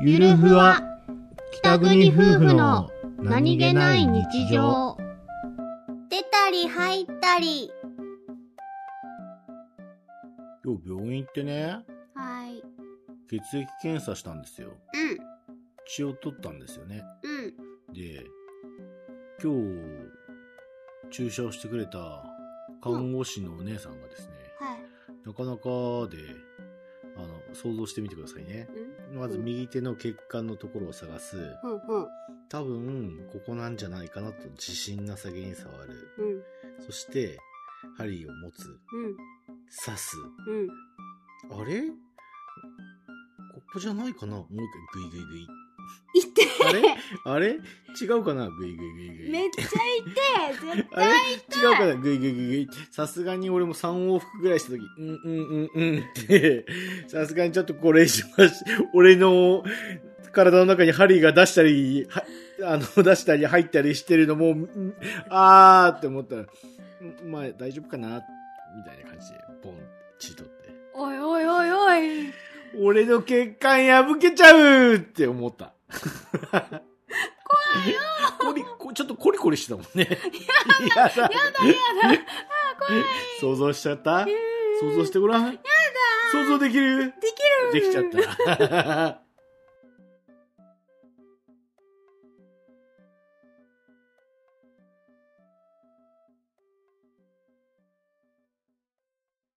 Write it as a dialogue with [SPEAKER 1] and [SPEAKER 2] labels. [SPEAKER 1] ゆるふわ北国夫婦の
[SPEAKER 2] 出たり入ったり。
[SPEAKER 1] 今日病院行ってね
[SPEAKER 2] はい。
[SPEAKER 1] 血液検査したんですよ
[SPEAKER 2] うん、
[SPEAKER 1] 血を取ったんですよね
[SPEAKER 2] うん、
[SPEAKER 1] で今日注射をしてくれた看護師のお姉さんがですね、
[SPEAKER 2] はい。
[SPEAKER 1] なかなかであの想像してみてくださいね
[SPEAKER 2] うん、
[SPEAKER 1] まず右手の血管のところを探す
[SPEAKER 2] うん、うん、
[SPEAKER 1] 多分ここなんじゃないかなと自信なさげに触る
[SPEAKER 2] うん、
[SPEAKER 1] そして針を持つ
[SPEAKER 2] うん、
[SPEAKER 1] 刺す
[SPEAKER 2] うん、
[SPEAKER 1] あれここじゃないかなもう一回グイグイグイ
[SPEAKER 2] いて
[SPEAKER 1] あれあ れ違うかなグイグイグイグイ
[SPEAKER 2] めっちゃいて絶
[SPEAKER 1] あれ
[SPEAKER 2] 対
[SPEAKER 1] 違うかなグイグイグイグイさすがに俺も3往復ぐらいした時うんうんうんうんってさすがにちょっとこれ以上はし俺の体の中に針が出したりはあの出したり入ったりしてるのもうんあーって思ったらうんまあ大丈夫かなみたいな感じでボンって血取って
[SPEAKER 2] おいおいおいお い
[SPEAKER 1] 俺の血管破けちゃうって思った。怖いよ コリこちょっとコリコリしてたもんね。や だやだやだ怖 い。想像しちゃった想像してごらん。やだ想像できる
[SPEAKER 2] できる
[SPEAKER 1] できちゃった。